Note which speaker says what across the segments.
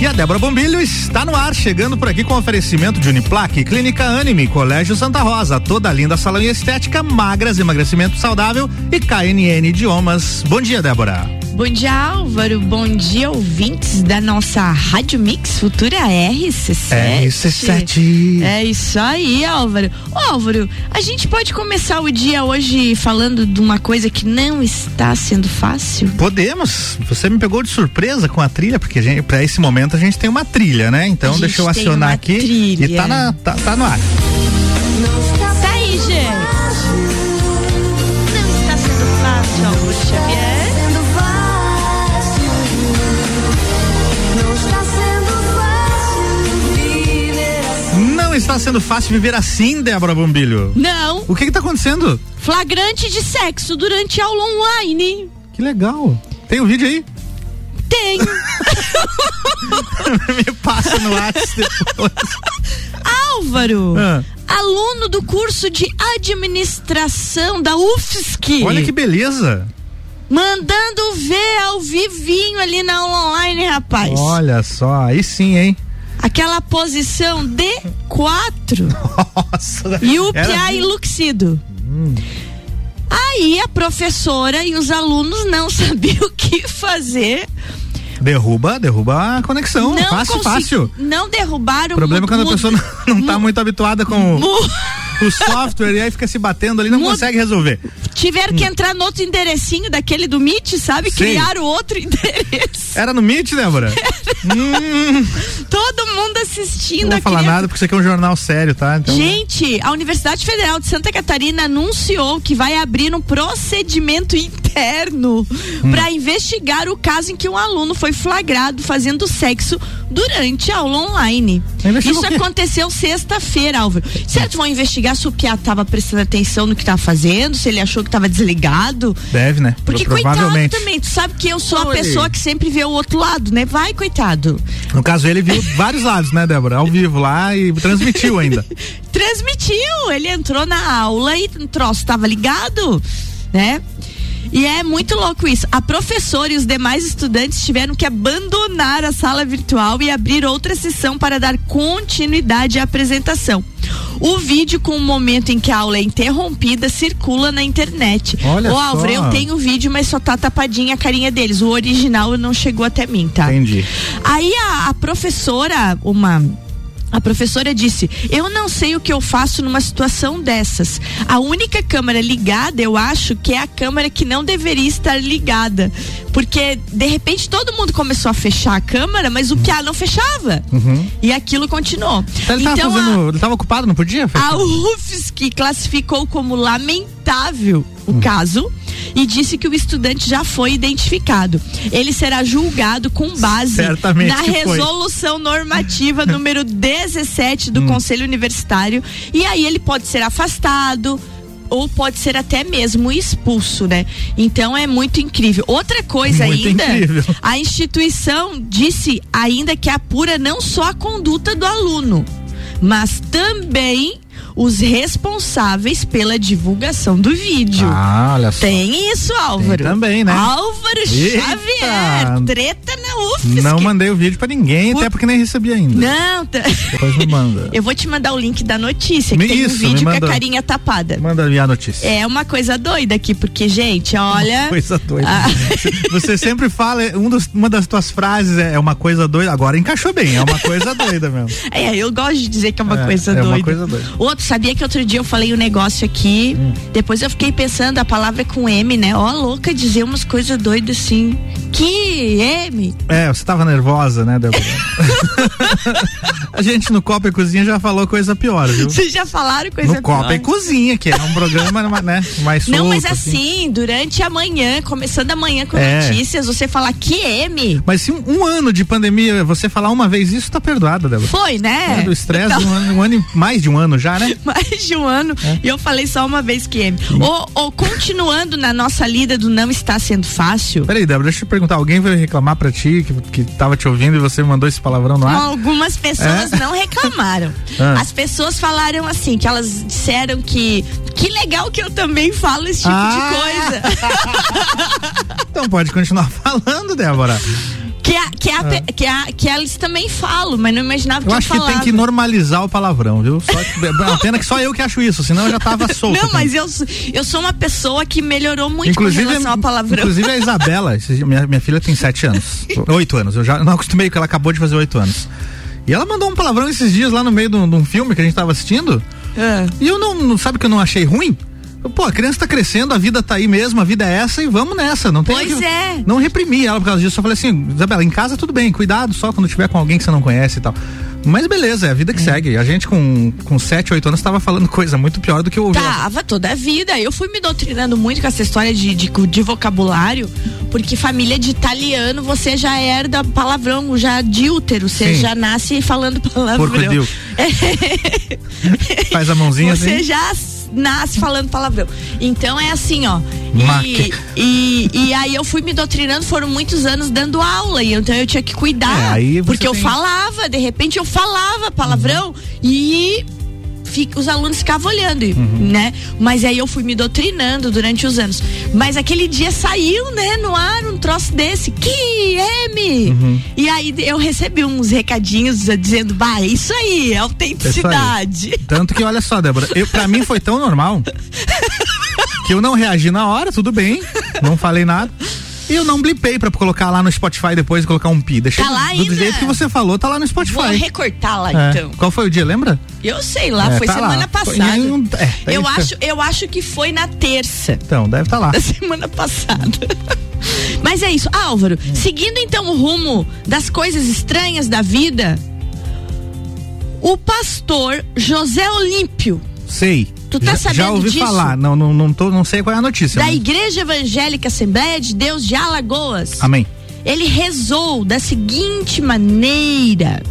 Speaker 1: E a Débora Bombilho está no ar, chegando por aqui com oferecimento de Uniplaque, Clínica Anime, Colégio Santa Rosa, toda linda salão e estética, magras, emagrecimento saudável e KNN Idiomas. Bom dia, Débora.
Speaker 2: Bom dia, Álvaro. Bom dia, ouvintes da nossa Rádio Mix Futura RC7.
Speaker 1: RC7.
Speaker 2: É isso aí, Álvaro. Ô, Álvaro, a gente pode começar o dia hoje falando de uma coisa que não está sendo fácil?
Speaker 1: Podemos. Você me pegou de surpresa com a trilha, porque para esse momento a gente tem uma trilha, né? Então
Speaker 2: A
Speaker 1: deixa
Speaker 2: gente
Speaker 1: eu
Speaker 2: tem
Speaker 1: acionar
Speaker 2: uma
Speaker 1: aqui
Speaker 2: trilha.
Speaker 1: e tá, na- tá- tá no ar.
Speaker 2: Tá aí, gente. Não está sendo fácil, Álvaro Xavier.
Speaker 3: Sendo fácil, não está sendo fácil viver assim.
Speaker 1: Não está sendo fácil viver assim, Débora Bombilho.
Speaker 2: Não,
Speaker 1: O que que tá acontecendo?
Speaker 2: flagrante de sexo durante aula online.
Speaker 1: Que legal. Tem o vídeo aí?
Speaker 2: Tem.
Speaker 1: me passa no WhatsApp depois.
Speaker 2: Álvaro,
Speaker 1: Ah.
Speaker 2: aluno do curso de administração da UFSC,
Speaker 1: Olha que beleza.
Speaker 2: mandando ver ao vivinho ali na aula online, rapaz.
Speaker 1: Olha só, aí sim, hein?
Speaker 2: Aquela posição D4
Speaker 1: Nossa.
Speaker 2: e o
Speaker 1: Era- Hum.
Speaker 2: piá enluxido. Aí a professora e os alunos não sabiam o que fazer.
Speaker 1: Derruba, derruba a conexão.
Speaker 2: não
Speaker 1: fácil,
Speaker 2: consegui-
Speaker 1: fácil.
Speaker 2: Não derrubaram
Speaker 1: O problema é quando a
Speaker 2: mu-
Speaker 1: pessoa não, não tá muito habituada com o,
Speaker 2: mu-
Speaker 1: o software e aí fica se batendo ali, não
Speaker 2: Muda.
Speaker 1: consegue resolver.
Speaker 2: Tiveram que entrar no outro enderecinho daquele do Meet, sabe?
Speaker 1: Hum. Sim.
Speaker 2: Criaram outro endereço.
Speaker 1: Era no Meet, Débora? hum,
Speaker 2: Todo mundo assistindo
Speaker 1: não vou
Speaker 2: a
Speaker 1: falar
Speaker 2: criança.
Speaker 1: nada porque isso aqui é um jornal sério, tá? Então,
Speaker 2: Gente, a Universidade Federal de Santa Catarina anunciou que vai abrir um procedimento interno
Speaker 1: Hum.
Speaker 2: para investigar o caso em que um aluno foi flagrado fazendo sexo durante a aula online.
Speaker 1: Investiga
Speaker 2: Isso
Speaker 1: o quê?
Speaker 2: aconteceu sexta-feira, Álvaro. Certo, vão investigar se o Piá tava prestando atenção no que tava fazendo, se ele achou que tava desligado.
Speaker 1: Deve, né?
Speaker 2: Porque
Speaker 1: Pro-
Speaker 2: coitado
Speaker 1: Provavelmente.
Speaker 2: também, tu sabe que eu sou a
Speaker 1: Olha.
Speaker 2: pessoa que sempre vê o outro lado, né? Vai, coitado.
Speaker 1: No caso, ele viu vários lados, né, Débora? Ao vivo lá e transmitiu ainda.
Speaker 2: Transmitiu, ele entrou na aula e o troço tava ligado, né? E é muito louco isso. A professora e os demais estudantes tiveram que abandonar a sala virtual e abrir outra sessão para dar continuidade à apresentação. O vídeo com o momento em que a aula é interrompida circula na internet.
Speaker 1: Olha
Speaker 2: Ô, Álvaro,
Speaker 1: só.
Speaker 2: eu tenho o vídeo, mas só tá tapadinha a carinha deles. O original não chegou até mim, tá?
Speaker 1: Entendi.
Speaker 2: Aí a, a professora, uma. A professora disse: Eu não sei o que eu faço numa situação dessas. A única câmera ligada, eu acho, que é a câmera que não deveria estar ligada. Porque, de repente, todo mundo começou a fechar a câmera, mas o Piá não fechava. E aquilo continuou.
Speaker 1: Uhum. Então, ele, tava
Speaker 2: então,
Speaker 1: fazendo, ele tava ocupado, não podia?
Speaker 2: a, a UFSC classificou como lamentável o
Speaker 1: Hum.
Speaker 2: caso e disse que o estudante já foi identificado. Ele será julgado com base
Speaker 1: Certamente
Speaker 2: na
Speaker 1: que foi.
Speaker 2: resolução normativa número 17
Speaker 1: Hum.
Speaker 2: do Conselho Universitário. E aí ele pode ser afastado. Ou pode ser até mesmo expulso, né? Então é muito incrível. Outra coisa
Speaker 1: Muito
Speaker 2: ainda,
Speaker 1: incrível.
Speaker 2: a instituição disse ainda que apura não só a conduta do aluno, mas também os responsáveis pela divulgação do vídeo.
Speaker 1: Ah, olha só.
Speaker 2: Tem isso, Álvaro.
Speaker 1: Tem também, né?
Speaker 2: Álvaro
Speaker 1: Eita!
Speaker 2: Xavier, treta na UFSC.
Speaker 1: Não mandei o vídeo pra ninguém, até porque nem recebi ainda.
Speaker 2: Não, tá-
Speaker 1: Depois me manda.
Speaker 2: eu vou te mandar o link da notícia, que
Speaker 1: Me-
Speaker 2: tem
Speaker 1: isso,
Speaker 2: um
Speaker 1: me
Speaker 2: vídeo com a
Speaker 1: manda.
Speaker 2: carinha tapada.
Speaker 1: Manda ali a notícia.
Speaker 2: É uma coisa doida aqui, porque, gente, olha.
Speaker 1: Coisa doida.
Speaker 2: Ah.
Speaker 1: Você sempre fala, é, um dos- uma das tuas frases é, é uma coisa doida. Agora encaixou bem, é uma coisa doida mesmo.
Speaker 2: É, eu gosto de dizer que é uma
Speaker 1: É,
Speaker 2: coisa
Speaker 1: é uma
Speaker 2: doida.
Speaker 1: coisa doida. Hum.
Speaker 2: Outro, sabia que outro dia eu falei um negócio aqui, depois eu fiquei pensando, a palavra é com M, né? Ó, louca dizer umas coisas doidas assim. Que M?
Speaker 1: É, você tava nervosa, né, Débora? a gente no Copa e Cozinha já falou coisa pior, viu?
Speaker 2: Vocês já falaram coisa
Speaker 1: no Copa e
Speaker 2: pior?
Speaker 1: Cozinha, que é um programa né, mais solto.
Speaker 2: Não, mas assim, durante a manhã, começando amanhã com
Speaker 1: É.
Speaker 2: notícias, você falar que M?
Speaker 1: Mas se um, um ano de pandemia você falar uma vez isso, tá perdoada, Débora.
Speaker 2: Foi, né?
Speaker 1: É do estresse, um, ano, um ano e- mais de um ano já, né?
Speaker 2: mais de um ano
Speaker 1: É.
Speaker 2: e eu falei só uma vez que M. Ou, ou continuando na nossa lida do não está sendo fácil,
Speaker 1: Peraí, Débora, deixa eu te perguntar. Alguém veio reclamar pra ti que, que tava te ouvindo e você mandou esse palavrão no ar?
Speaker 2: Algumas pessoas não reclamaram.
Speaker 1: é? Ah.
Speaker 2: As pessoas falaram assim, que elas disseram que que legal que eu também falo esse tipo
Speaker 1: Ah.
Speaker 2: de coisa.
Speaker 1: Então pode continuar falando, Débora.
Speaker 2: Que, a, que, a, pe- que, a, que eles também falam, mas não imaginava que
Speaker 1: Eu acho que tem
Speaker 2: falava.
Speaker 1: que normalizar o palavrão, viu? Só que, a pena que só eu que acho isso, senão eu já tava solto.
Speaker 2: Não,
Speaker 1: aqui.
Speaker 2: mas eu, sou- eu sou uma pessoa que melhorou muito com relação a palavrão.
Speaker 1: Inclusive a Isabela, esse- minha, minha filha tem sete anos. oito anos. Eu já não acostumei que ela acabou de fazer oito anos. E ela mandou um palavrão esses dias lá no meio de um, de um filme que a gente tava assistindo.
Speaker 2: Ah.
Speaker 1: E eu não, não sabe que eu não achei ruim? Eu, Pô, a criança tá crescendo, a vida tá aí mesmo, a vida é essa e vamos nessa. Não tem
Speaker 2: Pois
Speaker 1: que-
Speaker 2: é.
Speaker 1: Não reprimi ela por causa disso. Eu falei assim, Isabela, em casa tudo bem, cuidado só quando tiver com alguém que você não conhece e tal. Mas beleza, é a vida que segue. A gente com, com 7, 8 anos tava falando coisa muito pior do que eu ouvi.
Speaker 2: Tava toda a vida. Eu fui me doutrinando muito com essa história de, de, de vocabulário, porque família de italiano você já herda palavrão, já de útero, você
Speaker 1: Sim.
Speaker 2: já nasce falando palavrão.
Speaker 1: Porco Dil. Faz a mãozinha
Speaker 2: você
Speaker 1: assim.
Speaker 2: já s- nasce falando palavrão. Então é assim, ó. E,
Speaker 1: Maque.
Speaker 2: e, e aí eu fui me doutrinando, foram muitos anos dando aula, e então eu tinha que
Speaker 1: É,
Speaker 2: cuidar.
Speaker 1: aí você
Speaker 2: porque eu
Speaker 1: tem- Uhum.
Speaker 2: falava, de repente eu falava palavrão e. fi- Os alunos ficavam olhando, e-
Speaker 1: Uhum.
Speaker 2: né? Mas aí eu fui me doutrinando durante os anos. Mas aquele dia saiu, né, no ar um troço desse. Que M!
Speaker 1: Uhum.
Speaker 2: E aí eu recebi uns recadinhos eh, dizendo: bah, é isso aí, é autenticidade.
Speaker 1: Tanto que, olha só, Débora, eu, pra mim foi tão normal que eu não reagi na hora, tudo bem, não falei nada. E eu não blipei pra colocar lá no Spotify depois e colocar um pi. Deixa
Speaker 2: Tá lá
Speaker 1: do,
Speaker 2: ainda?
Speaker 1: jeito que você falou, tá lá no Spotify.
Speaker 2: Vou recortar lá
Speaker 1: É.
Speaker 2: então.
Speaker 1: Qual foi o dia, lembra?
Speaker 2: Eu sei lá,
Speaker 1: É,
Speaker 2: foi
Speaker 1: tá
Speaker 2: semana
Speaker 1: lá. Foi
Speaker 2: passada.
Speaker 1: em um- é, tá
Speaker 2: eu
Speaker 1: isso.
Speaker 2: acho, eu acho que foi na terça
Speaker 1: Então, deve tá lá.
Speaker 2: da semana passada. Mas é isso, Álvaro.
Speaker 1: Hum.
Speaker 2: Seguindo então o rumo das coisas estranhas da vida, o pastor José Olímpio
Speaker 1: Sei.
Speaker 2: Tu tá
Speaker 1: já, já
Speaker 2: sabendo
Speaker 1: ouvi
Speaker 2: disso?
Speaker 1: falar, não, não, não, tô, não sei qual é a notícia.
Speaker 2: da
Speaker 1: mas-
Speaker 2: Igreja Evangélica Assembleia de Deus de Alagoas,
Speaker 1: Amém.
Speaker 2: ele rezou da seguinte maneira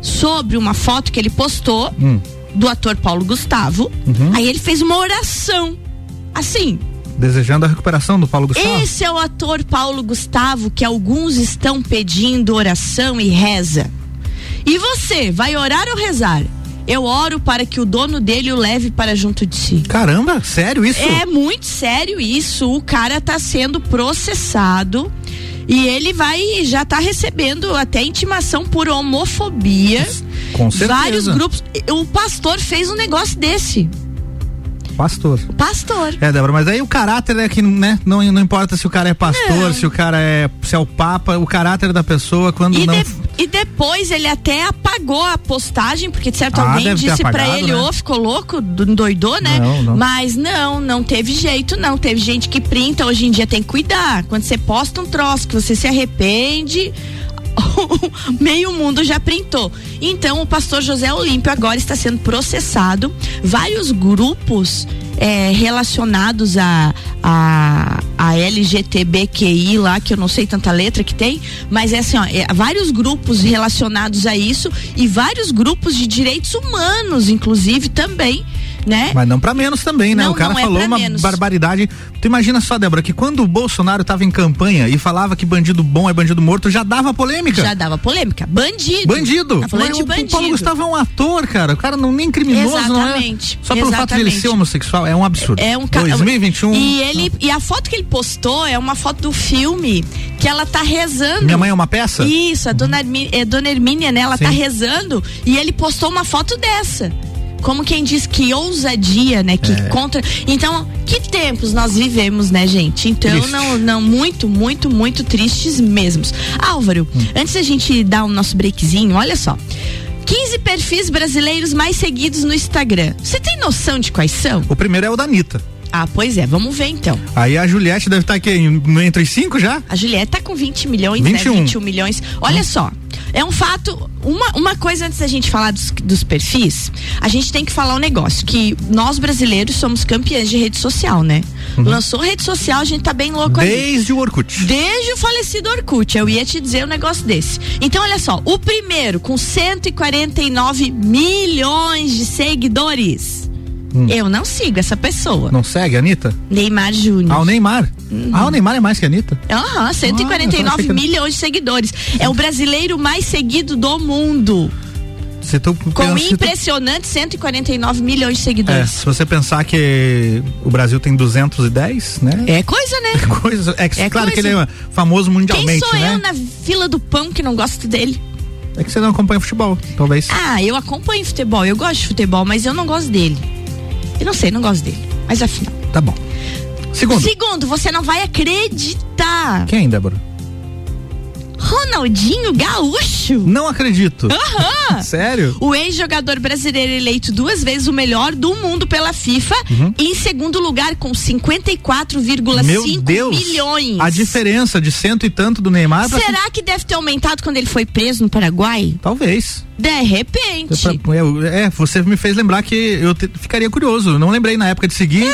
Speaker 2: sobre uma foto que ele postou
Speaker 1: Hum,
Speaker 2: do ator Paulo Gustavo. Aí ele fez uma oração. Assim,
Speaker 1: desejando a recuperação do Paulo Gustavo.
Speaker 2: esse é o ator Paulo Gustavo que alguns estão pedindo oração e reza. E você, vai orar ou rezar? Eu oro para que o dono dele o leve para junto de si.
Speaker 1: Caramba, sério isso?
Speaker 2: É muito sério isso. O cara tá sendo processado e ele vai já tá recebendo até intimação por homofobia.
Speaker 1: Com certeza.
Speaker 2: Vários grupos. O pastor fez um negócio desse.
Speaker 1: Pastor.
Speaker 2: Pastor.
Speaker 1: É, Débora, mas aí o caráter é que, né? Não, não importa se o cara é pastor,
Speaker 2: Não.
Speaker 1: se o cara é. se é o Papa, o caráter da pessoa quando
Speaker 2: E,
Speaker 1: não.
Speaker 2: de- e depois ele até apagou a postagem, porque de certo
Speaker 1: Ah,
Speaker 2: alguém
Speaker 1: deve ter
Speaker 2: disse pra
Speaker 1: apagado,
Speaker 2: ele,
Speaker 1: né?
Speaker 2: ô, ficou louco, do- doidou, né?
Speaker 1: Não, não.
Speaker 2: Mas não, não teve jeito, não. Teve gente que printa, hoje em dia tem que cuidar. Quando você posta um troço que você se arrepende, meio mundo já printou. Então o pastor José Olímpio agora está sendo processado. Vários grupos eh, relacionados a, a, a LGTBQI lá, que eu não sei tanta letra que tem, mas é assim, ó, eh, vários grupos relacionados a isso e vários grupos de direitos humanos, inclusive, também, né?
Speaker 1: Mas não pra menos também, né?
Speaker 2: Não,
Speaker 1: o cara
Speaker 2: não é
Speaker 1: falou
Speaker 2: pra
Speaker 1: uma
Speaker 2: menos.
Speaker 1: barbaridade. Tu imagina só, Débora, que quando o Bolsonaro tava em campanha e falava que bandido bom é bandido morto, já dava polêmica.
Speaker 2: Já dava polêmica. Bandido.
Speaker 1: Bandido.
Speaker 2: Tá falando
Speaker 1: Mas
Speaker 2: de
Speaker 1: o-
Speaker 2: bandido.
Speaker 1: O Paulo Gustavo é um ator, cara. O cara não nem criminoso,
Speaker 2: Exatamente.
Speaker 1: não é? Só pelo fato de ele
Speaker 2: Exatamente.
Speaker 1: ser homossexual, é um absurdo.
Speaker 2: É um ca-
Speaker 1: 2021.
Speaker 2: E, ele, e a foto que ele postou é uma foto do filme que ela tá rezando.
Speaker 1: Minha mãe é uma peça?
Speaker 2: Isso, a dona, Hermi- é, dona Hermínia, né? Ela
Speaker 1: Sim.
Speaker 2: tá rezando e ele postou uma foto dessa. Como quem diz que ousadia, né?
Speaker 1: É.
Speaker 2: Que contra. Então, que tempos nós vivemos, né, gente? Então,
Speaker 1: Triste.
Speaker 2: não, não, muito, muito, muito tristes mesmos. Álvaro,
Speaker 1: Hum.
Speaker 2: antes da gente dar o nosso breakzinho, olha só. 15 perfis brasileiros mais seguidos no Instagram. Você tem noção de quais são?
Speaker 1: O primeiro é o da Anitta.
Speaker 2: Ah, pois é, vamos ver então.
Speaker 1: Aí a Juliette deve estar aqui em- entre os cinco já?
Speaker 2: A Juliette tá com 20 milhões,
Speaker 1: 21.
Speaker 2: né? 21 milhões.
Speaker 1: Hum.
Speaker 2: Olha só, é um fato. Uma, uma coisa antes da gente falar dos, dos perfis, a gente tem que falar um negócio: que nós brasileiros somos campeões de rede social, né?
Speaker 1: Uhum.
Speaker 2: Lançou rede social, a gente tá bem louco ali.
Speaker 1: Desde o Orkut.
Speaker 2: Desde o falecido Orkut, eu ia te dizer um negócio desse. Então, olha só, o primeiro com 149 milhões de seguidores. Eu não sigo essa pessoa.
Speaker 1: Hum. Não segue, Anitta?
Speaker 2: Neymar Júnior.
Speaker 1: Ah, o Neymar.
Speaker 2: Uhum.
Speaker 1: Ah, o Neymar é mais que a Anitta.
Speaker 2: Aham,
Speaker 1: Ah, eu achei
Speaker 2: 149
Speaker 1: que-
Speaker 2: milhões de seguidores. É o brasileiro mais seguido do mundo.
Speaker 1: se tu
Speaker 2: Com
Speaker 1: pensa- se tu-
Speaker 2: impressionantes 149 milhões de
Speaker 1: É,
Speaker 2: seguidores.
Speaker 1: se você pensar que o Brasil tem 210, né?
Speaker 2: É, coisa, né?
Speaker 1: Coisa, é, que-
Speaker 2: É
Speaker 1: claro que
Speaker 2: coisa.
Speaker 1: ele é famoso
Speaker 2: Quem
Speaker 1: mundialmente,
Speaker 2: sou
Speaker 1: né?
Speaker 2: eu na fila do pão que não gosto dele?
Speaker 1: É que você não acompanha futebol, talvez.
Speaker 2: Ah, eu acompanho futebol, eu gosto de futebol, mas eu não gosto dele. Eu não sei, não gosto dele. Mas afinal.
Speaker 1: Tá bom. Segundo,
Speaker 2: Segundo, você não vai acreditar.
Speaker 1: quem, Débora?
Speaker 2: Ronaldinho Gaúcho.
Speaker 1: Não acredito.
Speaker 2: Aham.
Speaker 1: Sério?
Speaker 2: O ex-jogador brasileiro eleito duas vezes o melhor do mundo pela FIFA,
Speaker 1: Uhum.
Speaker 2: em segundo lugar com 54,5
Speaker 1: Meu Deus.
Speaker 2: milhões.
Speaker 1: A diferença assim de cento e tanto do Neymar pra-
Speaker 2: Será que deve ter aumentado quando ele foi preso no Paraguai?
Speaker 1: Talvez.
Speaker 2: De repente.
Speaker 1: Eu- pra- eu- é, você me fez lembrar que eu te- ficaria curioso. Eu Não lembrei na época de seguir.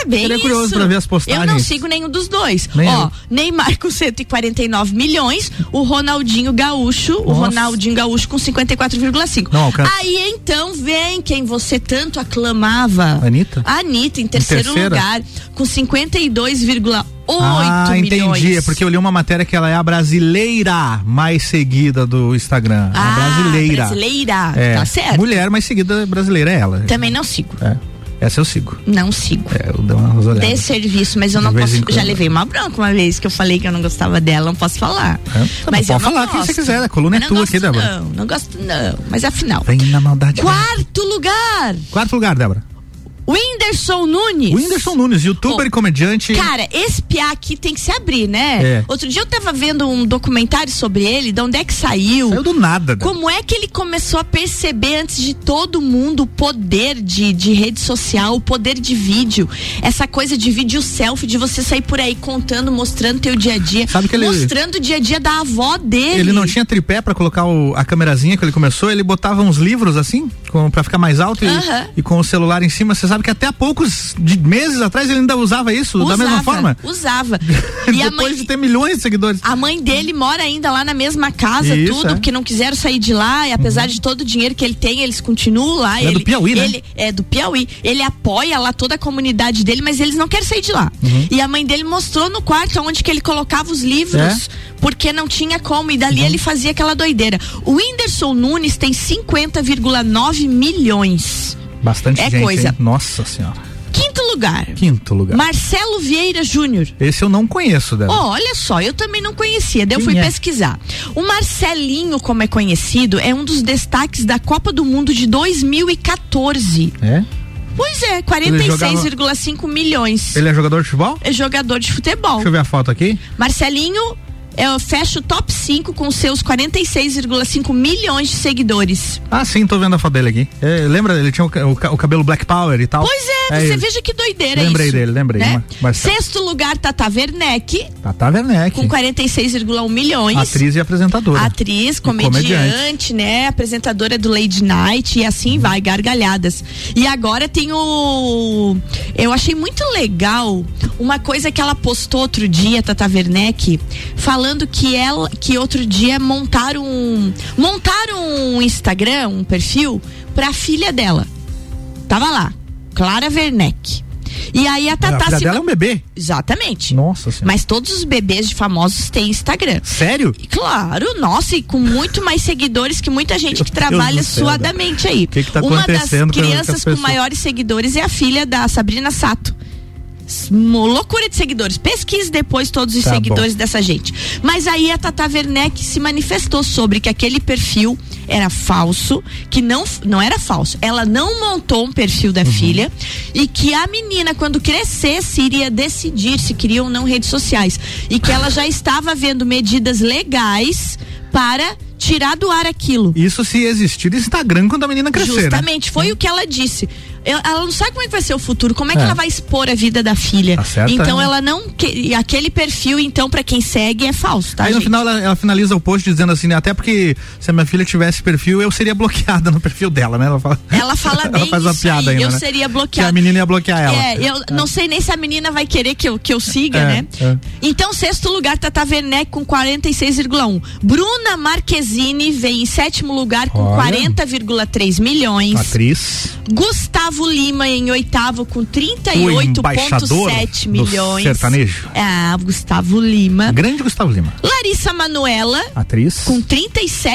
Speaker 2: É bem
Speaker 1: Seria
Speaker 2: isso.
Speaker 1: curioso pra ver as postagens.
Speaker 2: Eu não sigo nenhum dos dois.
Speaker 1: Nem
Speaker 2: Ó,
Speaker 1: eu.
Speaker 2: Neymar com 149 milhões, o Ronaldinho Gaúcho, o
Speaker 1: Nossa.
Speaker 2: Ronaldinho Gaúcho com 54,5.
Speaker 1: Não alcança.
Speaker 2: Aí então vem quem você tanto aclamava.
Speaker 1: Anitta?
Speaker 2: Anitta, em terceiro
Speaker 1: terceira?
Speaker 2: lugar, com 52,8
Speaker 1: ah, entendi.
Speaker 2: milhões.
Speaker 1: É porque eu li uma matéria que ela é a brasileira mais seguida do Instagram.
Speaker 2: Ah,
Speaker 1: a é brasileira.
Speaker 2: brasileira.
Speaker 1: É.
Speaker 2: Tá certo. Tá.
Speaker 1: Mulher mais seguida brasileira é ela.
Speaker 2: Também não sigo.
Speaker 1: É. Essa eu sigo.
Speaker 2: Não sigo.
Speaker 1: É, eu dou umas olhadas.
Speaker 2: Dê serviço, mas eu não
Speaker 1: De vez
Speaker 2: posso.
Speaker 1: em
Speaker 2: Já
Speaker 1: quando.
Speaker 2: levei uma bronca uma vez que eu falei que eu não gostava dela, não posso falar.
Speaker 1: É, tá bom, pode
Speaker 2: eu não
Speaker 1: falar quem você
Speaker 2: gosto.
Speaker 1: quiser, a coluna é
Speaker 2: Eu não
Speaker 1: tua
Speaker 2: gosto,
Speaker 1: aqui, Débora.
Speaker 2: Não, não gosto, não. Mas afinal.
Speaker 1: Vem na maldade.
Speaker 2: Quarto lugar,
Speaker 1: Quarto lugar, Débora.
Speaker 2: Whindersson Nunes.
Speaker 1: O Whindersson Nunes, youtuber
Speaker 2: Bom,
Speaker 1: e comediante.
Speaker 2: Cara, esse piá aqui tem que se abrir, né?
Speaker 1: É.
Speaker 2: Outro dia eu tava vendo um documentário sobre ele, de onde é que saiu.
Speaker 1: Saiu do nada. Débora.
Speaker 2: Como é que ele começou a perceber antes de todo mundo o poder de, de rede social, o poder de vídeo? Essa coisa de vídeo selfie, de você sair por aí contando, mostrando teu dia a dia.
Speaker 1: Sabe que ele-
Speaker 2: mostrando o dia a dia da avó dele.
Speaker 1: Ele não tinha tripé pra colocar o- a câmerazinha que ele começou, ele botava uns livros assim, com, pra ficar mais alto e,
Speaker 2: Aham.
Speaker 1: e com o celular em cima. Você sabe que até há poucos de- meses atrás ele ainda usava isso da mesma forma?
Speaker 2: Usava. E a
Speaker 1: Depois
Speaker 2: mãe, Ah,
Speaker 1: de ter milhões de seguidores.
Speaker 2: a mãe dele mora ainda lá na mesma casa,
Speaker 1: Isso,
Speaker 2: tudo,
Speaker 1: é. Uhum.
Speaker 2: porque não quiseram sair de lá, e apesar de todo o dinheiro que ele tem, eles continuam lá.
Speaker 1: É do
Speaker 2: ele,
Speaker 1: Piauí, né?
Speaker 2: ele- É do Piauí. Ele apoia lá toda a comunidade dele, mas eles não querem sair de lá.
Speaker 1: Uhum.
Speaker 2: E a mãe dele mostrou no quarto onde que ele colocava os livros,
Speaker 1: É. Uhum.
Speaker 2: porque não tinha como, e dali ele fazia aquela doideira. O Whindersson Nunes tem 50,9 milhões.
Speaker 1: Bastante
Speaker 2: É
Speaker 1: gente,
Speaker 2: coisa.
Speaker 1: hein? Nossa senhora.
Speaker 2: Quinto lugar,
Speaker 1: Quinto lugar.
Speaker 2: Marcelo Vieira Júnior.
Speaker 1: Esse eu não conheço, Débora.
Speaker 2: Ó, olha só, eu também não conhecia, daí eu
Speaker 1: Quem
Speaker 2: fui
Speaker 1: é?
Speaker 2: pesquisar. O Marcelinho, como é conhecido, é um dos destaques da Copa do Mundo de 2014.
Speaker 1: É?
Speaker 2: Pois é,
Speaker 1: jogava-
Speaker 2: 46,5 milhões.
Speaker 1: Ele é jogador de futebol?
Speaker 2: É jogador de futebol.
Speaker 1: Deixa eu ver a foto aqui.
Speaker 2: Marcelinho é, fecha o top 5 com seus 46,5 milhões de seguidores.
Speaker 1: Ah, sim, tô vendo a foto dele aqui. É, lembra? Ele tinha o, ca- o ca- o cabelo Black Power e tal.
Speaker 2: Pois é, você
Speaker 1: ele.
Speaker 2: veja que doideira
Speaker 1: Lembrei
Speaker 2: isso.
Speaker 1: dele, lembrei,
Speaker 2: né?
Speaker 1: Mar- Marcelo.
Speaker 2: Sexto lugar, Tata Werneck,
Speaker 1: Tata Werneck.
Speaker 2: com 46,1 milhões.
Speaker 1: Atriz e apresentadora.
Speaker 2: Atriz,
Speaker 1: comediante.
Speaker 2: comediante, né? Apresentadora do Lady Night e assim vai, gargalhadas. E agora tem o. Eu achei muito legal uma coisa que ela postou outro dia, Tata Werneck, falando que ela. que outro dia montaram. um- montaram um Instagram, um perfil, pra filha dela. Tava lá, Clara Werneck. E aí a
Speaker 1: A
Speaker 2: Tata
Speaker 1: filha
Speaker 2: tá se.
Speaker 1: dela é um bebê.
Speaker 2: Exatamente.
Speaker 1: Nossa senhora.
Speaker 2: Mas todos os bebês de famosos têm Instagram.
Speaker 1: Sério?
Speaker 2: Claro, nossa, e com muito mais seguidores que muita gente que
Speaker 1: Meu Deus
Speaker 2: trabalha
Speaker 1: do céu,
Speaker 2: suadamente aí.
Speaker 1: Que que tá
Speaker 2: Uma das
Speaker 1: acontecendo com
Speaker 2: crianças
Speaker 1: essas
Speaker 2: com
Speaker 1: pessoas?
Speaker 2: maiores seguidores é a filha da Sabrina Sato. S- mo- Loucura de seguidores. Pesquise depois todos os
Speaker 1: Tá
Speaker 2: seguidores dessa gente. Mas aí a Tata Werneck se manifestou sobre que aquele perfil era falso, que não, f- não era falso. Ela não montou um perfil
Speaker 1: Uhum.
Speaker 2: da filha e que a menina, quando crescesse, iria decidir se queria ou não redes sociais. E que ela já estava vendo medidas legais para tirar do ar aquilo.
Speaker 1: Isso se existir Instagram quando a menina crescer. né?
Speaker 2: Justamente, foi o que ela disse. Eu- Ela não sabe como é que vai ser o futuro, como é que
Speaker 1: É.
Speaker 2: ela vai expor a vida da filha.
Speaker 1: Tá certa,
Speaker 2: então
Speaker 1: né?
Speaker 2: ela não. que- e aquele perfil, então, pra quem segue, é falso, tá?
Speaker 1: Aí no
Speaker 2: gente?
Speaker 1: final ela, ela finaliza o post dizendo assim, né, até porque se a minha filha tivesse perfil, eu seria bloqueada no perfil dela, né? Ela fala,
Speaker 2: Ela fala bem
Speaker 1: ela faz uma
Speaker 2: isso
Speaker 1: piada
Speaker 2: aí,
Speaker 1: ainda,
Speaker 2: eu
Speaker 1: né?
Speaker 2: seria
Speaker 1: Que a
Speaker 2: bloqueada.
Speaker 1: menina ia bloquear ela.
Speaker 2: É, eu não sei nem se a menina vai querer que eu, que eu siga,
Speaker 1: É,
Speaker 2: né?
Speaker 1: é.
Speaker 2: Então, sexto lugar, Tata Werneck com 46,1. Bruna Marquezine vem em sétimo lugar com
Speaker 1: Olha.
Speaker 2: 40,3 milhões.
Speaker 1: Atriz.
Speaker 2: Gustavo Gustavo Lima em oitavo com
Speaker 1: O embaixador
Speaker 2: 38,7
Speaker 1: do
Speaker 2: milhões.
Speaker 1: sertanejo.
Speaker 2: Ah, Gustavo Lima.
Speaker 1: Grande Gustavo Lima,
Speaker 2: Larissa Manuela
Speaker 1: atriz,
Speaker 2: Ah. com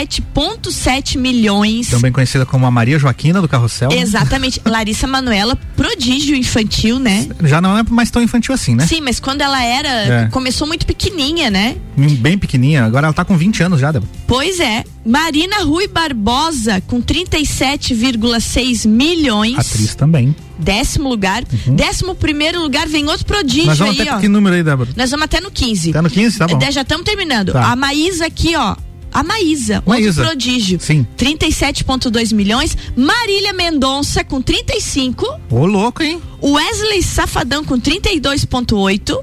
Speaker 2: 37,7 milhões.
Speaker 1: também conhecida como a Maria Joaquina do Carrossel.
Speaker 2: Exatamente. Larissa Manuela, prodígio infantil, né?
Speaker 1: Já não é mais tão infantil assim, né?
Speaker 2: Sim, mas quando ela era.
Speaker 1: É.
Speaker 2: Começou muito pequenininha, né?
Speaker 1: Hum, Bem pequenininha, agora ela tá com 20 anos já, Débora.
Speaker 2: Pois é. Marina Rui Barbosa, com 37,6 milhões.
Speaker 1: Atriz também.
Speaker 2: Décimo lugar. Décimo primeiro lugar vem outro prodígio
Speaker 1: Uhum. Nós vamos
Speaker 2: aí,
Speaker 1: até
Speaker 2: ó.
Speaker 1: que número aí, Débora?
Speaker 2: Nós vamos até no 15.
Speaker 1: Tá no 15, tá bom.
Speaker 2: Eh, Já estamos terminando.
Speaker 1: Tá.
Speaker 2: A Maísa aqui, ó. A Maísa,
Speaker 1: Maísa.
Speaker 2: outro prodígio.
Speaker 1: Sim.
Speaker 2: 37,2 milhões. Marília Mendonça, com 35.
Speaker 1: Ô, louco, hein?
Speaker 2: Wesley Safadão, com 32,8.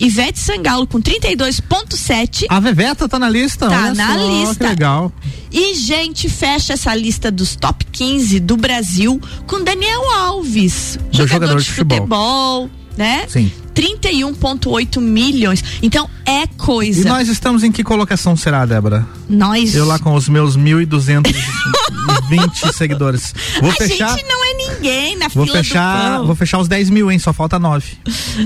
Speaker 2: Ivete Sangalo, com 32,7.
Speaker 1: A Veveta tá na lista,
Speaker 2: Tá
Speaker 1: olha só,
Speaker 2: na
Speaker 1: Que
Speaker 2: lista.
Speaker 1: legal.
Speaker 2: E, gente, fecha essa lista dos top 15 do Brasil com Daniel Alves,
Speaker 1: Do jogador de futebol.
Speaker 2: futebol, né?
Speaker 1: Sim.
Speaker 2: 31,8 milhões. Então é
Speaker 1: E
Speaker 2: coisa.
Speaker 1: nós estamos em que colocação será, Débora?
Speaker 2: Nós.
Speaker 1: Eu lá com os meus 1.220 seguidores. Vou
Speaker 2: a
Speaker 1: fechar.
Speaker 2: gente não é ninguém na
Speaker 1: Vou
Speaker 2: fila do
Speaker 1: fechar,
Speaker 2: pão.
Speaker 1: vou fechar os 10 mil, hein? Só falta 9.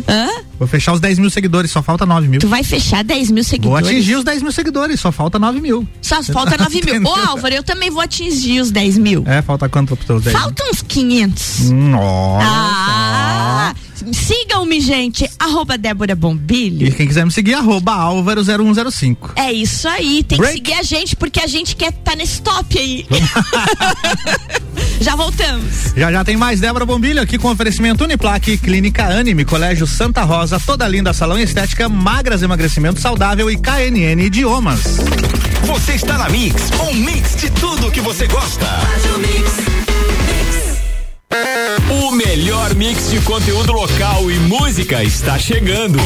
Speaker 2: Hã?
Speaker 1: Vou fechar os 10 mil seguidores, só falta 9 mil.
Speaker 2: Tu vai fechar 10 mil
Speaker 1: Vou
Speaker 2: seguidores.
Speaker 1: atingir os 10 mil seguidores, só falta 9 mil.
Speaker 2: Só falta 9 mil. Ô, Álvaro, eu também vou atingir os 10 mil.
Speaker 1: É, falta quanto para os 10 mil?
Speaker 2: Faltam uns 500.
Speaker 1: Hum, Nossa. tá.
Speaker 2: Ah! Sigam-me, gente. Arroba Débora Bombilho.
Speaker 1: E quem quiser me seguir, arroba álvaro0105.
Speaker 2: É isso aí, tem
Speaker 1: Break.
Speaker 2: que seguir a gente porque a gente quer estar nesse top aí. Já voltamos.
Speaker 1: Já já tem mais Débora Bombilho aqui com oferecimento Uniplaque, Clínica Anime, Colégio Santa Rosa, Toda Linda Salão e Estética, Magras Emagrecimento Saudável e KNN Idiomas.
Speaker 4: Você está na Mix, um mix de tudo que você gosta. O melhor mix de conteúdo local e música está chegando.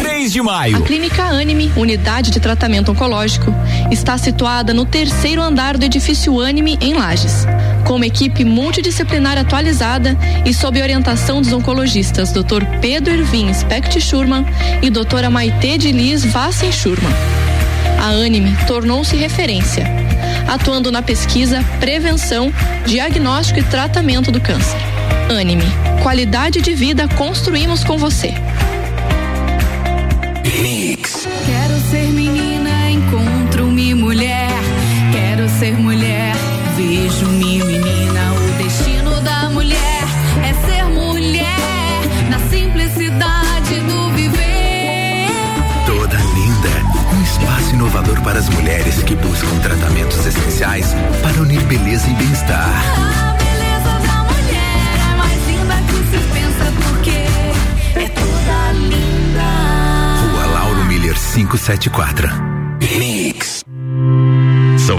Speaker 4: 3 de
Speaker 5: A
Speaker 4: maio.
Speaker 5: Clínica Anime, unidade de tratamento oncológico, está situada no terceiro andar do edifício Anime, em Lages. Com uma equipe multidisciplinar atualizada e sob orientação dos oncologistas Dr. Pedro Irvin Specht Schurman e Dra. Maite de Liz Vassen Schurman. A Anime tornou-se referência, atuando na pesquisa, prevenção, diagnóstico e tratamento do câncer. Anime, qualidade de vida construímos com você.
Speaker 6: Quero ser menina, encontro-me mulher. Quero ser mulher, vejo-me menina. O destino da mulher é ser mulher na simplicidade do viver.
Speaker 7: Toda linda, um espaço inovador para as mulheres que buscam tratamentos essenciais para unir beleza e bem-estar.
Speaker 6: A beleza da mulher é mais linda que se pensa porque é toda linda.
Speaker 7: Rua Lauro Miller 574.
Speaker 8: São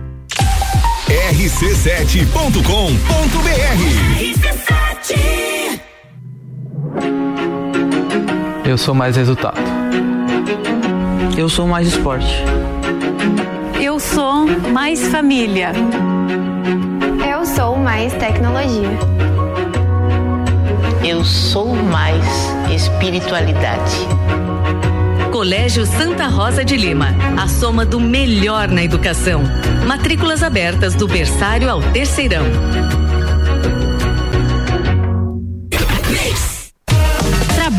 Speaker 4: rc7.com.br
Speaker 9: Eu sou mais resultado. Eu sou mais esporte.
Speaker 10: Eu sou mais família.
Speaker 3: Eu sou mais tecnologia.
Speaker 11: Eu sou mais espiritualidade.
Speaker 10: Colégio Santa Rosa de Lima. A soma do melhor na educação. Matrículas abertas do berçário ao terceirão.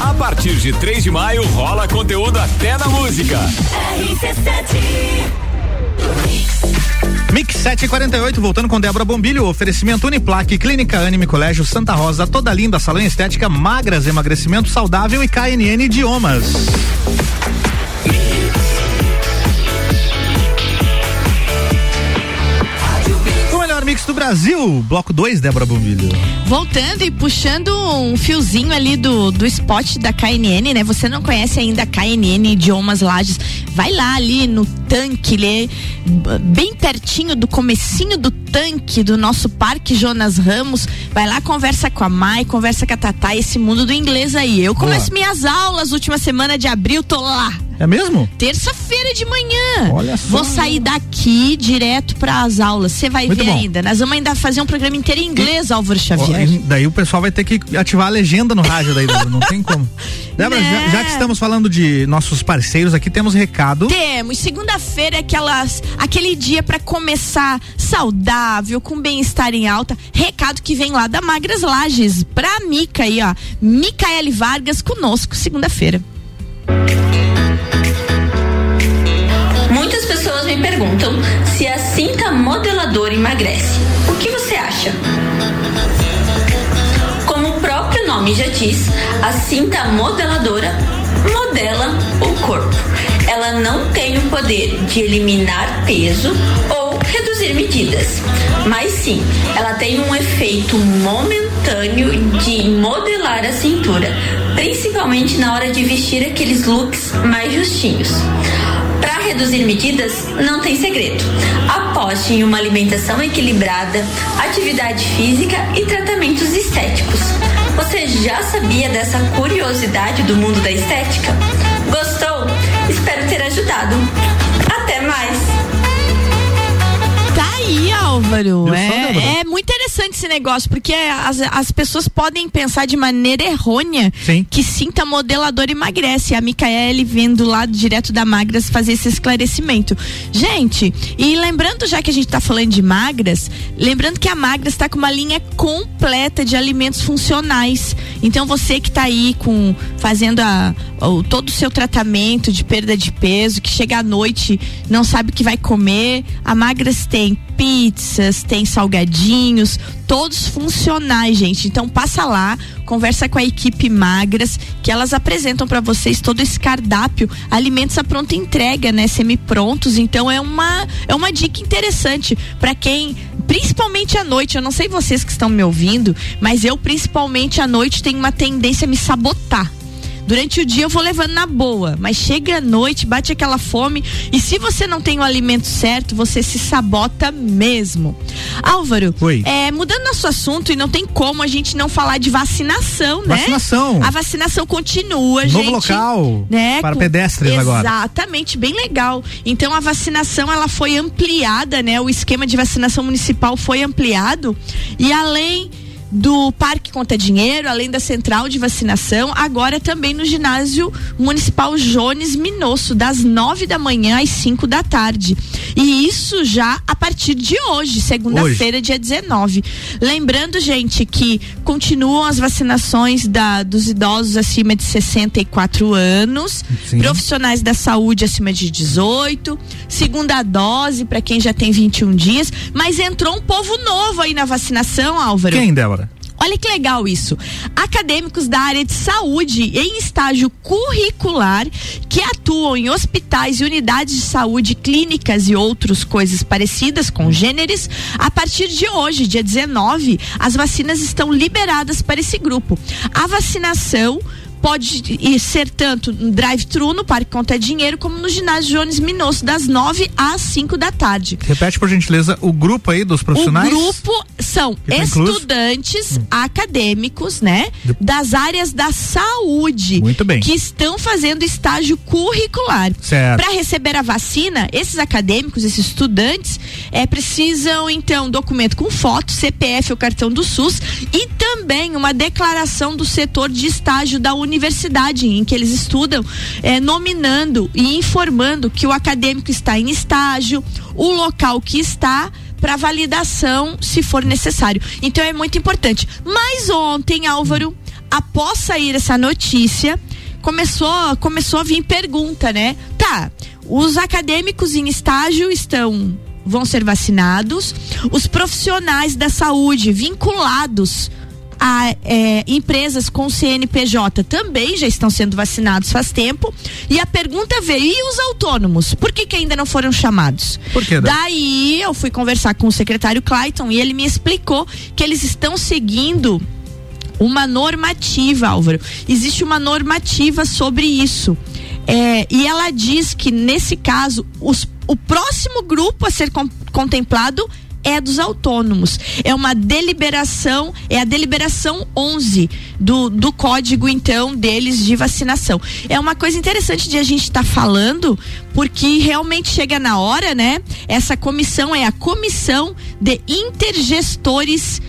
Speaker 4: A partir de 3 de maio rola conteúdo até na música.
Speaker 1: Mix 748, voltando com Débora Bombilho, oferecimento Uniplaque, Clínica Anime Colégio Santa Rosa, toda linda, salão estética, magras, emagrecimento saudável e KNN Idiomas. O melhor mix do Brasil, bloco 2, Débora Bombilho.
Speaker 2: Voltando e puxando um fiozinho ali do, do spot da KNN, né? Você não conhece ainda a KNN Idiomas Lages? Vai lá ali no tanque, lê bem pertinho do comecinho do tanque do nosso Parque Jonas Ramos. Vai lá, conversa com a Mai, conversa com a Tatá, esse mundo do inglês aí. Eu começo
Speaker 1: Boa.
Speaker 2: minhas aulas, última semana de abril, tô lá.
Speaker 1: É mesmo?
Speaker 2: Terça-feira de manhã.
Speaker 1: Olha só.
Speaker 2: Vou sair daqui direto para as aulas. Você vai
Speaker 1: Muito
Speaker 2: ver
Speaker 1: bom.
Speaker 2: ainda. Nós vamos ainda fazer um programa inteiro em inglês, Álvaro
Speaker 1: Ó,
Speaker 2: Xavier.
Speaker 1: e daí o pessoal vai ter que ativar a legenda no rádio daí, Débora, não tem como. Débora, já, já que estamos falando de nossos parceiros aqui, temos recado.
Speaker 2: Temos segunda-feira é aquelas aquele dia pra começar saudável, com bem-estar em alta. Recado que vem lá da Magras Lages pra Mica aí, ó. Micaele Vargas conosco segunda-feira.
Speaker 12: Muitas pessoas me perguntam se a cinta modeladora emagrece. O que você acha? Como o próprio nome já diz, a cinta modeladora modela o corpo. Ela não tem o poder de eliminar peso ou reduzir medidas, mas sim, ela tem um efeito momentâneo de modelar a cintura, principalmente na hora de vestir aqueles looks mais justinhos. Para reduzir medidas, não tem segredo. Aposte em uma alimentação equilibrada, atividade física e tratamentos estéticos. Você já sabia dessa curiosidade do mundo da estética? Gostou? Espero ter ajudado. Até mais!
Speaker 2: Tá aí, Álvaro.
Speaker 12: Viu só, Débora?
Speaker 2: É, é muito interessante esse negócio, porque as, as pessoas podem pensar de maneira errônea que sinta modelador emagrece. A Micaele vendo lá direto da Magras fazer esse esclarecimento. Gente, e lembrando, já que a gente tá falando de magras, lembrando que a Magras tá com uma linha completa de alimentos funcionais. Então você que tá aí com fazendo a, o- todo o seu tratamento de perda de peso, que chega à noite, não sabe o que vai comer, a Magras tem pizzas, tem salgadinhos, todos funcionais, gente. Então passa lá, conversa com a equipe Magras, que elas apresentam para vocês todo esse cardápio, alimentos à pronta entrega, né, semi-prontos. Então é uma é uma dica interessante para quem principalmente à noite, eu não sei vocês que estão me ouvindo, mas eu principalmente à noite tenho uma tendência a me sabotar. Durante o dia eu vou levando na boa, mas chega à noite, bate aquela fome e se você não tem o alimento certo, você se sabota mesmo. Álvaro, é, mudando nosso assunto e não tem como a gente não falar de vacinação, né?
Speaker 1: Vacinação.
Speaker 2: A vacinação continua,
Speaker 1: Novo
Speaker 2: gente.
Speaker 1: local
Speaker 2: né?
Speaker 1: para
Speaker 2: Com-
Speaker 1: pedestres agora.
Speaker 2: Exatamente, bem legal. Então a vacinação ela foi ampliada, né? O esquema de vacinação municipal foi ampliado e além do Parque Conta Dinheiro, além da central de vacinação, agora também no ginásio municipal Jones Minosso, das nove da manhã às cinco da tarde. E isso já a partir de hoje, segunda-feira, dia 19. Lembrando, gente, que continuam as vacinações da- dos idosos acima de 64 anos,
Speaker 13: Sim.
Speaker 2: profissionais da saúde acima de 18, segunda dose para quem já tem 21 dias, mas entrou um povo novo aí na vacinação, Álvaro.
Speaker 1: Quem, Débora?
Speaker 2: Olha que legal isso. Acadêmicos da área de saúde em estágio curricular que atuam em hospitais e unidades de saúde, clínicas e outras coisas parecidas, congêneres. A partir de hoje, dia 19, as vacinas estão liberadas para esse grupo. A vacinação pode ir ser tanto no drive-thru, no Parque Conta Dinheiro, como no ginásio Jones Minosso, das 9 às 5 da tarde.
Speaker 1: Repete, por gentileza, o grupo aí dos profissionais?
Speaker 2: O grupo são
Speaker 1: Que tá incluso?
Speaker 2: estudantes acadêmicos, né? Das áreas da saúde.
Speaker 1: Muito bem.
Speaker 2: Que estão fazendo estágio curricular.
Speaker 1: Certo.
Speaker 2: Para receber a vacina, esses acadêmicos, esses estudantes, é, precisam, então, documento com foto, CPF ou cartão do SUS e também uma declaração do setor de estágio da universidade em que eles estudam, é, nominando e informando que o acadêmico está em estágio, o local que está para validação, se for necessário. Então é muito importante. Mas ontem, Álvaro, após sair essa notícia, começou, começou a vir pergunta, né? Tá, os acadêmicos em estágio estão vão ser vacinados, os profissionais da saúde vinculados a é, empresas com CNPJ também já estão sendo vacinados faz tempo. E a pergunta veio: e os autônomos? Por que, que ainda não foram chamados?
Speaker 1: Por quê, Dani?
Speaker 2: Daí eu fui conversar com o secretário Clayton e ele me explicou que eles estão seguindo uma normativa, Álvaro. Existe uma normativa sobre isso. É, e ela diz que, nesse caso, os- o próximo grupo a ser con- contemplado é dos autônomos. É uma deliberação, é a deliberação 11 do, do código, então, deles de vacinação. É uma coisa interessante de a gente estar falando, porque realmente chega na hora, né? Essa comissão é a comissão de intergestores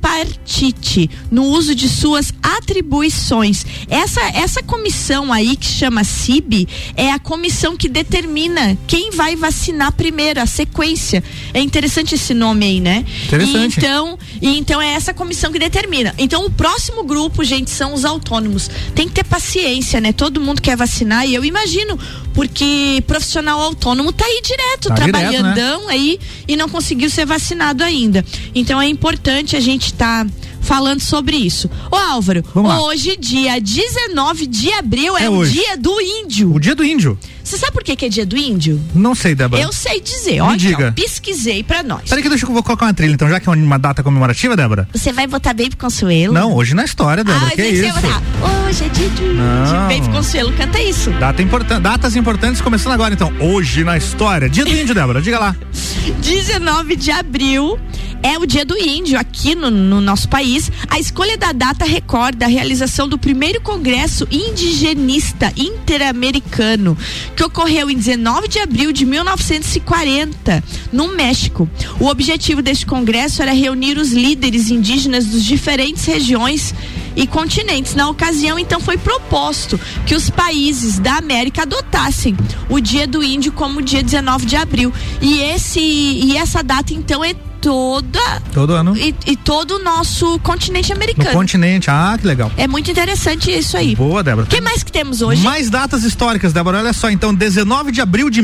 Speaker 2: bipartite no uso de suas atribuições. Essa essa comissão aí que chama CIB é a comissão que determina quem vai vacinar primeiro, a sequência. É interessante esse nome aí, né?
Speaker 1: Interessante.
Speaker 2: E então, e então é essa comissão que determina. Então o próximo grupo, gente, são os autônomos. Tem que ter paciência, né? Todo mundo quer vacinar e eu imagino porque profissional autônomo tá aí direto,
Speaker 13: Tá direto, né?
Speaker 2: trabalhando então, aí e não conseguiu ser vacinado ainda. Então é importante a gente estar falando sobre isso. Ô Álvaro,
Speaker 1: Vamos lá.
Speaker 2: hoje, dia 19 de abril, é,
Speaker 1: É
Speaker 2: o
Speaker 1: hoje.
Speaker 2: dia do índio.
Speaker 1: O dia do índio.
Speaker 2: Você sabe por que, que é dia do índio?
Speaker 1: Não sei, Débora.
Speaker 2: Eu sei dizer,
Speaker 1: Me
Speaker 2: ó, então,
Speaker 1: diga.
Speaker 2: pesquisei pra nós.
Speaker 1: Peraí que deixa eu vou colocar uma trilha, então, já que é uma data comemorativa, Débora.
Speaker 2: Você vai votar bem pro Consuelo?
Speaker 1: Não, hoje na história, Débora.
Speaker 2: Ah,
Speaker 1: que
Speaker 2: eu pensei,
Speaker 1: isso?
Speaker 2: ah, Hoje é dia do
Speaker 1: Não.
Speaker 2: índio. Baby Consuelo, canta isso.
Speaker 1: Data importan datas importantes começando agora, então. Hoje na história. Dia do índio, Débora, diga lá.
Speaker 2: 19 de abril é o dia do índio aqui no, no nosso país. A escolha da data recorda a realização do primeiro congresso indigenista interamericano, que ocorreu em 19 de abril de 1940, no México. O objetivo deste congresso era reunir os líderes indígenas dos diferentes regiões e continentes. Na ocasião, então, foi proposto que os países da América adotassem o Dia do Índio como o dia 19 de abril. E esse e essa data então é toda
Speaker 1: Todo ano.
Speaker 2: e, e todo o nosso continente
Speaker 1: No
Speaker 2: americano.
Speaker 1: continente. Ah, que legal.
Speaker 2: É muito interessante isso aí.
Speaker 1: Boa, Débora.
Speaker 2: O que mais que temos hoje?
Speaker 1: Mais datas históricas, Débora. Olha só, então, 19 de abril de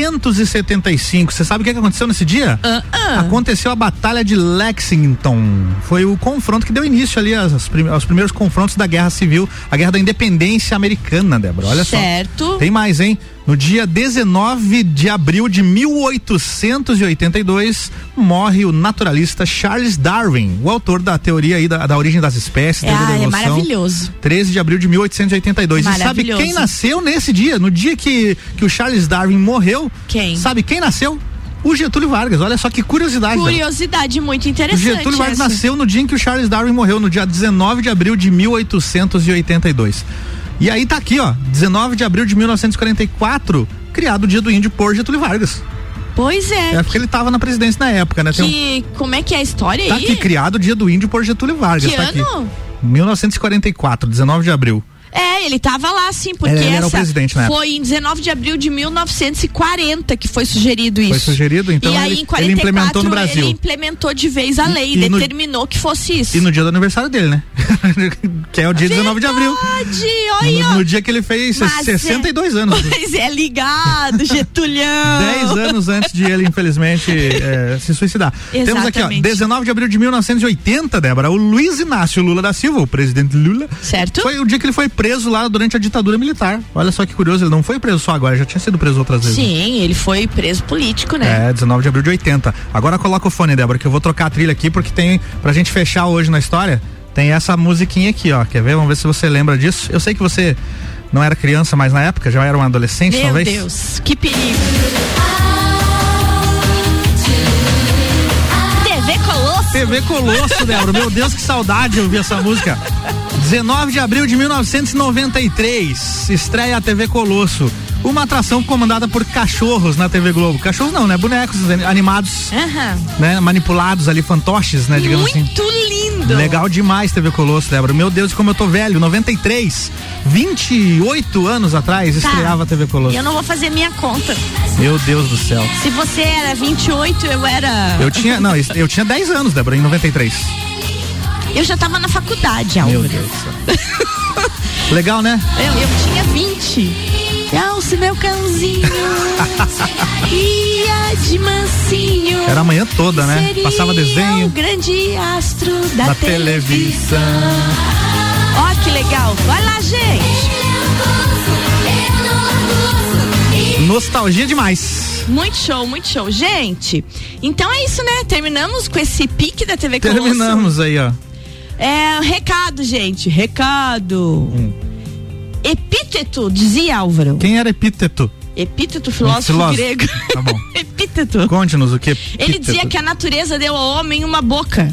Speaker 1: 1775. Você sabe o que que aconteceu nesse dia?
Speaker 2: Ah,
Speaker 1: Aconteceu a Batalha de Lexington. Foi o confronto que deu início ali às prim- aos primeiros confrontos da Guerra Civil, a Guerra da Independência Americana, Débora. Olha só.
Speaker 2: Certo.
Speaker 1: Tem mais, hein? No dia 19 de abril de 1882, morre o naturalista Charles Darwin, o autor da teoria aí da, da origem das espécies,
Speaker 2: É,
Speaker 1: teoria da
Speaker 2: ah, é
Speaker 1: evolução.
Speaker 2: maravilhoso.
Speaker 1: 13 de abril de 1882. E sabe
Speaker 2: Maravilhoso.
Speaker 1: quem nasceu nesse dia? No dia que, que o Charles Darwin morreu?
Speaker 2: Quem?
Speaker 1: Sabe quem nasceu? O Getúlio Vargas. Olha só que curiosidade. Débora.
Speaker 2: Curiosidade muito
Speaker 1: O
Speaker 2: interessante.
Speaker 1: Getúlio Vargas
Speaker 2: essa.
Speaker 1: nasceu no dia em que o Charles Darwin morreu, no dia 19 de abril de 1882. E aí tá aqui, ó, 19 de abril de 1944, criado o Dia do Índio por Getúlio Vargas.
Speaker 2: Pois é.
Speaker 1: É porque ele tava na presidência na época, né? Tem um-
Speaker 2: Que como é que é a história
Speaker 1: Tá
Speaker 2: aí?
Speaker 1: aqui, criado o Dia do Índio por Getúlio Vargas.
Speaker 2: Que
Speaker 1: tá aqui.
Speaker 2: ano?
Speaker 1: 1944, 19 de abril.
Speaker 2: É, ele tava lá sim, porque
Speaker 1: É, ele era o
Speaker 2: essa
Speaker 1: presidente na época.
Speaker 2: foi em 19 de abril de 1940 que foi sugerido isso.
Speaker 1: Foi sugerido, então
Speaker 2: e aí,
Speaker 1: ele-
Speaker 2: em
Speaker 1: ele
Speaker 2: 44,
Speaker 1: implementou no Brasil.
Speaker 2: ele implementou de vez a lei,
Speaker 1: E- e no-
Speaker 2: determinou que fosse isso.
Speaker 1: E no dia do aniversário dele, né? que é o dia 19 de abril.
Speaker 2: Verdade, olha,
Speaker 1: No, no dia que ele fez
Speaker 2: Mas é-
Speaker 1: 62 anos.
Speaker 2: Pois é, ligado, Getulhão.
Speaker 1: 10 anos antes de ele, infelizmente, eh, se suicidar. Temos aqui, ó,
Speaker 2: Exatamente.
Speaker 1: 19 de abril de 1980, Débora, o Luiz Inácio Lula da Silva, o presidente Lula.
Speaker 2: Certo.
Speaker 1: Foi o dia que ele foi preso lá durante a ditadura militar. Olha só que curioso, ele não foi preso só agora, já tinha sido preso outras vezes. né?
Speaker 2: Sim, ele foi preso político, né?
Speaker 1: É, 19 de abril de 80. Agora coloca o fone, Débora, que eu vou trocar a trilha aqui, porque tem, pra gente fechar hoje na história, Tem essa musiquinha aqui, ó. Quer ver? Vamos ver se você lembra disso. Eu sei que você não era criança mais na época, já era um adolescente,
Speaker 2: Meu
Speaker 1: talvez.
Speaker 2: Deus, que perigo. TV Colosso.
Speaker 1: TV Colosso, Débora. Meu Deus, que saudade de ouvir essa música. 19 de abril de 1993, estreia a TV Colosso. Uma atração comandada por cachorros na TV Globo. Cachorros não, né? Bonecos animados,
Speaker 2: Aham.
Speaker 1: né? Manipulados ali, fantoches, né? Digamos assim.
Speaker 2: Muito lindo.
Speaker 1: Legal demais TV Colosso, Débora. Meu Deus, como eu tô velho. 93, 28 anos atrás,
Speaker 2: Tá.
Speaker 1: estreava a TV Colosso.
Speaker 2: Eu não vou fazer minha conta.
Speaker 1: Meu Deus do céu.
Speaker 2: Se você era 28, eu era.
Speaker 1: Eu tinha, não, eu tinha 10 anos, Débora, em 93.
Speaker 2: Eu já tava na faculdade, Álvaro.
Speaker 1: Meu Deus do céu. Legal, né?
Speaker 2: Eu, eu tinha 20. Alce meu cãozinho. ia de mansinho.
Speaker 1: Era a manhã toda, né?
Speaker 2: Seria
Speaker 1: Passava desenho.
Speaker 2: o grande astro da,
Speaker 1: Da
Speaker 2: televisão.
Speaker 1: televisão.
Speaker 2: Ó, que legal. Vai lá, gente.
Speaker 1: Nostalgia demais.
Speaker 2: Muito show, muito show. Gente, então é isso, né? Terminamos com esse pique da TV Colosso.
Speaker 1: Terminamos aí, ó.
Speaker 2: É, recado, gente. Recado. Epíteto, dizia Álvaro.
Speaker 1: Hum. Quem era Epíteto?
Speaker 2: Epíteto, filósofo,
Speaker 1: Filósofo.
Speaker 2: grego.
Speaker 1: Tá bom.
Speaker 2: Epíteto.
Speaker 1: Conte-nos o que. é
Speaker 2: Ele
Speaker 1: Epíteto.
Speaker 2: dizia que a natureza deu ao homem uma boca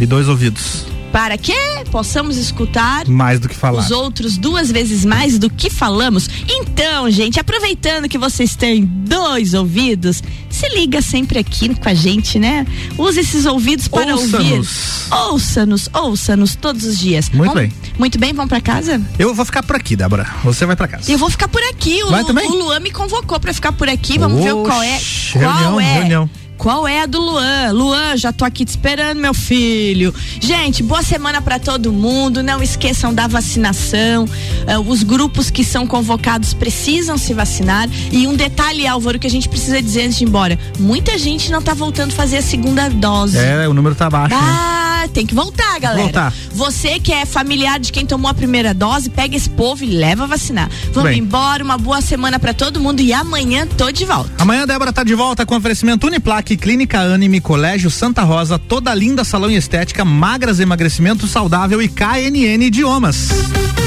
Speaker 1: E dois ouvidos.
Speaker 2: para que possamos escutar
Speaker 1: Mais do que falar.
Speaker 2: os outros duas vezes mais do que falamos. Então, gente, aproveitando que vocês têm dois ouvidos, se liga sempre aqui com a gente, né? Use esses ouvidos para ouvir.
Speaker 1: Ouça-nos.
Speaker 2: Ouça-nos, ouça-nos todos os dias.
Speaker 1: Muito
Speaker 2: Vamos-
Speaker 1: bem.
Speaker 2: Muito bem, vamos para casa?
Speaker 1: Eu vou ficar por aqui, Débora. Você vai pra casa.
Speaker 2: Eu vou ficar por aqui. O,
Speaker 1: Vai
Speaker 2: Lu-
Speaker 1: também?
Speaker 2: o Luan me convocou pra ficar por aqui. Vamos ver qual é.
Speaker 1: Oxi,
Speaker 2: Qual
Speaker 1: reunião,
Speaker 2: é?
Speaker 1: reunião.
Speaker 2: Qual é a do Luan? Luan, já tô aqui te esperando, meu filho. Gente, boa semana pra todo mundo. Não esqueçam da vacinação. Eh, os grupos que são convocados precisam se vacinar. E um detalhe, Álvaro, que a gente precisa dizer antes de ir embora: muita gente não tá voltando a fazer a segunda dose.
Speaker 1: É, o número tá baixo. né?
Speaker 2: Ah, tem que voltar, galera.
Speaker 1: Voltar.
Speaker 2: Você que é familiar de quem tomou a primeira dose, pega esse povo e leva a vacinar. Vamos
Speaker 1: Bem.
Speaker 2: embora, uma boa semana pra todo mundo e amanhã tô de volta.
Speaker 1: Amanhã a Débora tá de volta com oferecimento Uniplaque, Clínica Anime, Colégio Santa Rosa, toda linda salão e estética, magras emagrecimento saudável e KNN Idiomas.